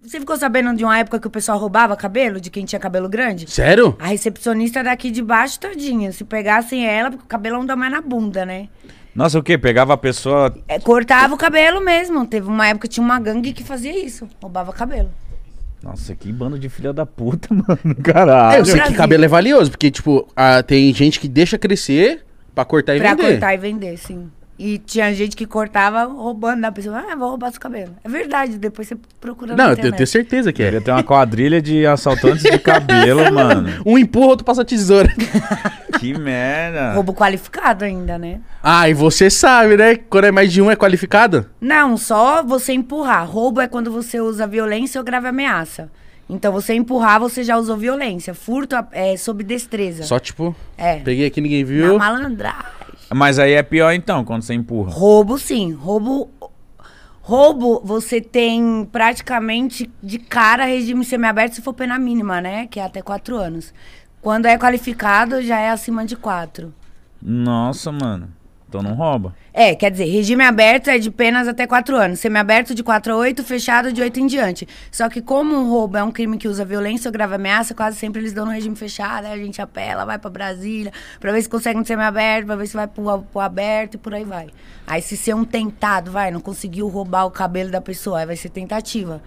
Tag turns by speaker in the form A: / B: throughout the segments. A: Você ficou sabendo de uma época que o pessoal roubava cabelo de quem tinha cabelo grande?
B: Sério?
A: A recepcionista daqui de baixo, tadinha. Se pegassem ela, porque o cabelo não dá mais na bunda, né?
C: Nossa, o quê? Pegava a pessoa.
A: É, cortava o cabelo mesmo. Teve uma época que tinha uma gangue que fazia isso. Roubava cabelo.
C: Nossa, que bando de filha da puta, mano. Caralho.
B: É, eu sei que
A: Brasil.
B: cabelo é valioso, porque, tipo, ah, tem gente que deixa crescer pra cortar e
A: pra
B: vender.
A: cortar e vender, sim. E tinha gente que cortava roubando da pessoa. Ah, vou roubar seu cabelo. É verdade, depois você procura na
B: Não, eu,
A: internet.
B: eu tenho certeza que é.
C: Devia ter uma quadrilha de assaltantes de cabelo, mano.
B: Um empurra, outro passa a tesoura.
C: Que merda.
A: Roubo qualificado ainda, né?
B: ah, e você sabe, né? Quando é mais de um, é qualificado?
A: Não, só você empurrar. Roubo é quando você usa violência ou grave ameaça. Então, você empurrar, você já usou violência. Furto é sob destreza.
B: Só, tipo,
A: É.
B: peguei aqui, ninguém
A: Na
B: viu.
A: malandragem.
C: Mas aí é pior então, quando você empurra.
A: Roubo, sim. Roubo. Roubo, você tem praticamente de cara regime semiaberto se for pena mínima, né? Que é até quatro anos. Quando é qualificado, já é acima de quatro.
C: Nossa, mano. Então não rouba.
A: É, quer dizer, regime aberto é de penas até 4 anos. Semiaberto de 4 a 8, fechado de 8 em diante. Só que como um roubo é um crime que usa violência ou grave ameaça, quase sempre eles dão no regime fechado, aí a gente apela, vai pra Brasília, pra ver se consegue um semiaberto, pra ver se vai pro, a- pro aberto e por aí vai. Aí se ser um tentado, vai, não conseguiu roubar o cabelo da pessoa, aí vai ser tentativa.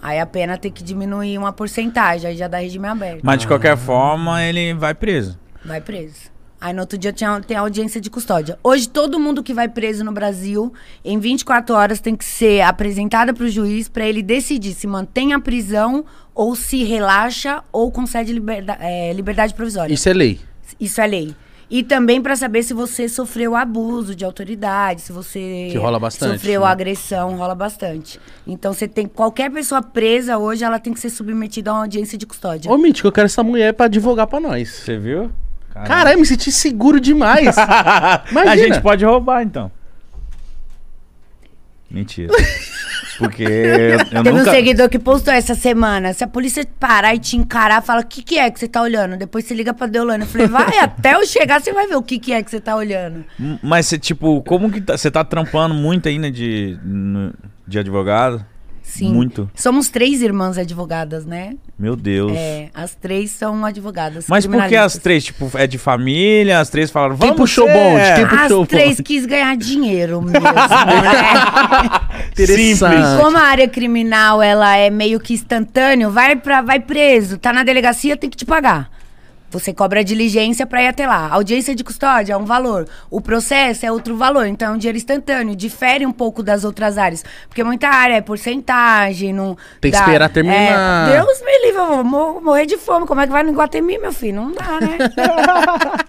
A: Aí a pena tem que diminuir uma porcentagem, aí já dá regime aberto.
C: Mas de
A: Ah.
C: qualquer forma, ele vai preso.
A: Vai preso. Aí no outro dia tinha, tem audiência de custódia. Hoje todo mundo que vai preso no Brasil, em 24 horas, tem que ser apresentada para o juiz para ele decidir se mantém a prisão ou se relaxa ou concede liberda- é, liberdade provisória. Isso,
B: Isso é
A: é
B: lei.
A: lei. E também para saber se você sofreu abuso de autoridade, se você
B: Que rola bastante,
A: sofreu
B: né?
A: agressão, rola bastante. Então você tem qualquer pessoa presa hoje, ela tem que ser submetida a uma audiência de custódia.
B: Ô, Mítico, eu quero essa mulher pra advogar pra nós.
C: Você viu?
B: Caralho, me senti seguro demais. Imagina.
C: A gente pode roubar, então. Mentira. Porque eu, eu
A: Teve
C: nunca...
A: um seguidor que postou essa semana. Se a polícia parar e te encarar, fala: o que, que é que você tá olhando? Depois você liga pra Deolana. Eu falei: vai, até eu chegar você vai ver o que, que é que você tá olhando.
C: M- Mas você, tipo, como que tá- você tá trampando muito ainda de, no- de advogado?
A: Sim.
C: Muito.
A: Somos três irmãs advogadas, né?
C: Meu Deus.
A: É, as três são advogadas.
C: Mas por que as
A: criminalistas.
C: três? Tipo, é de família? As três falaram, vamos
B: puxou
C: ser-
B: Tipo bonde?
C: Tipo,
B: Quem-
A: As
B: Puxou, pô.
A: três quis ganhar dinheiro mesmo. né?
B: Interessante.
A: Como a área criminal ela é meio que instantâneo, vai para vai preso, tá na delegacia, tem que te pagar. Você cobra a diligência para ir até lá. A audiência de custódia é um valor. O processo é outro valor. Então é um dinheiro instantâneo. Difere um pouco das outras áreas. Porque muita área é porcentagem. Não
B: Tem que esperar terminar.
A: É, Deus me livre, eu vou mo- morrer de fome. Como é que vai no Iguatemi, meu filho? Não dá, né?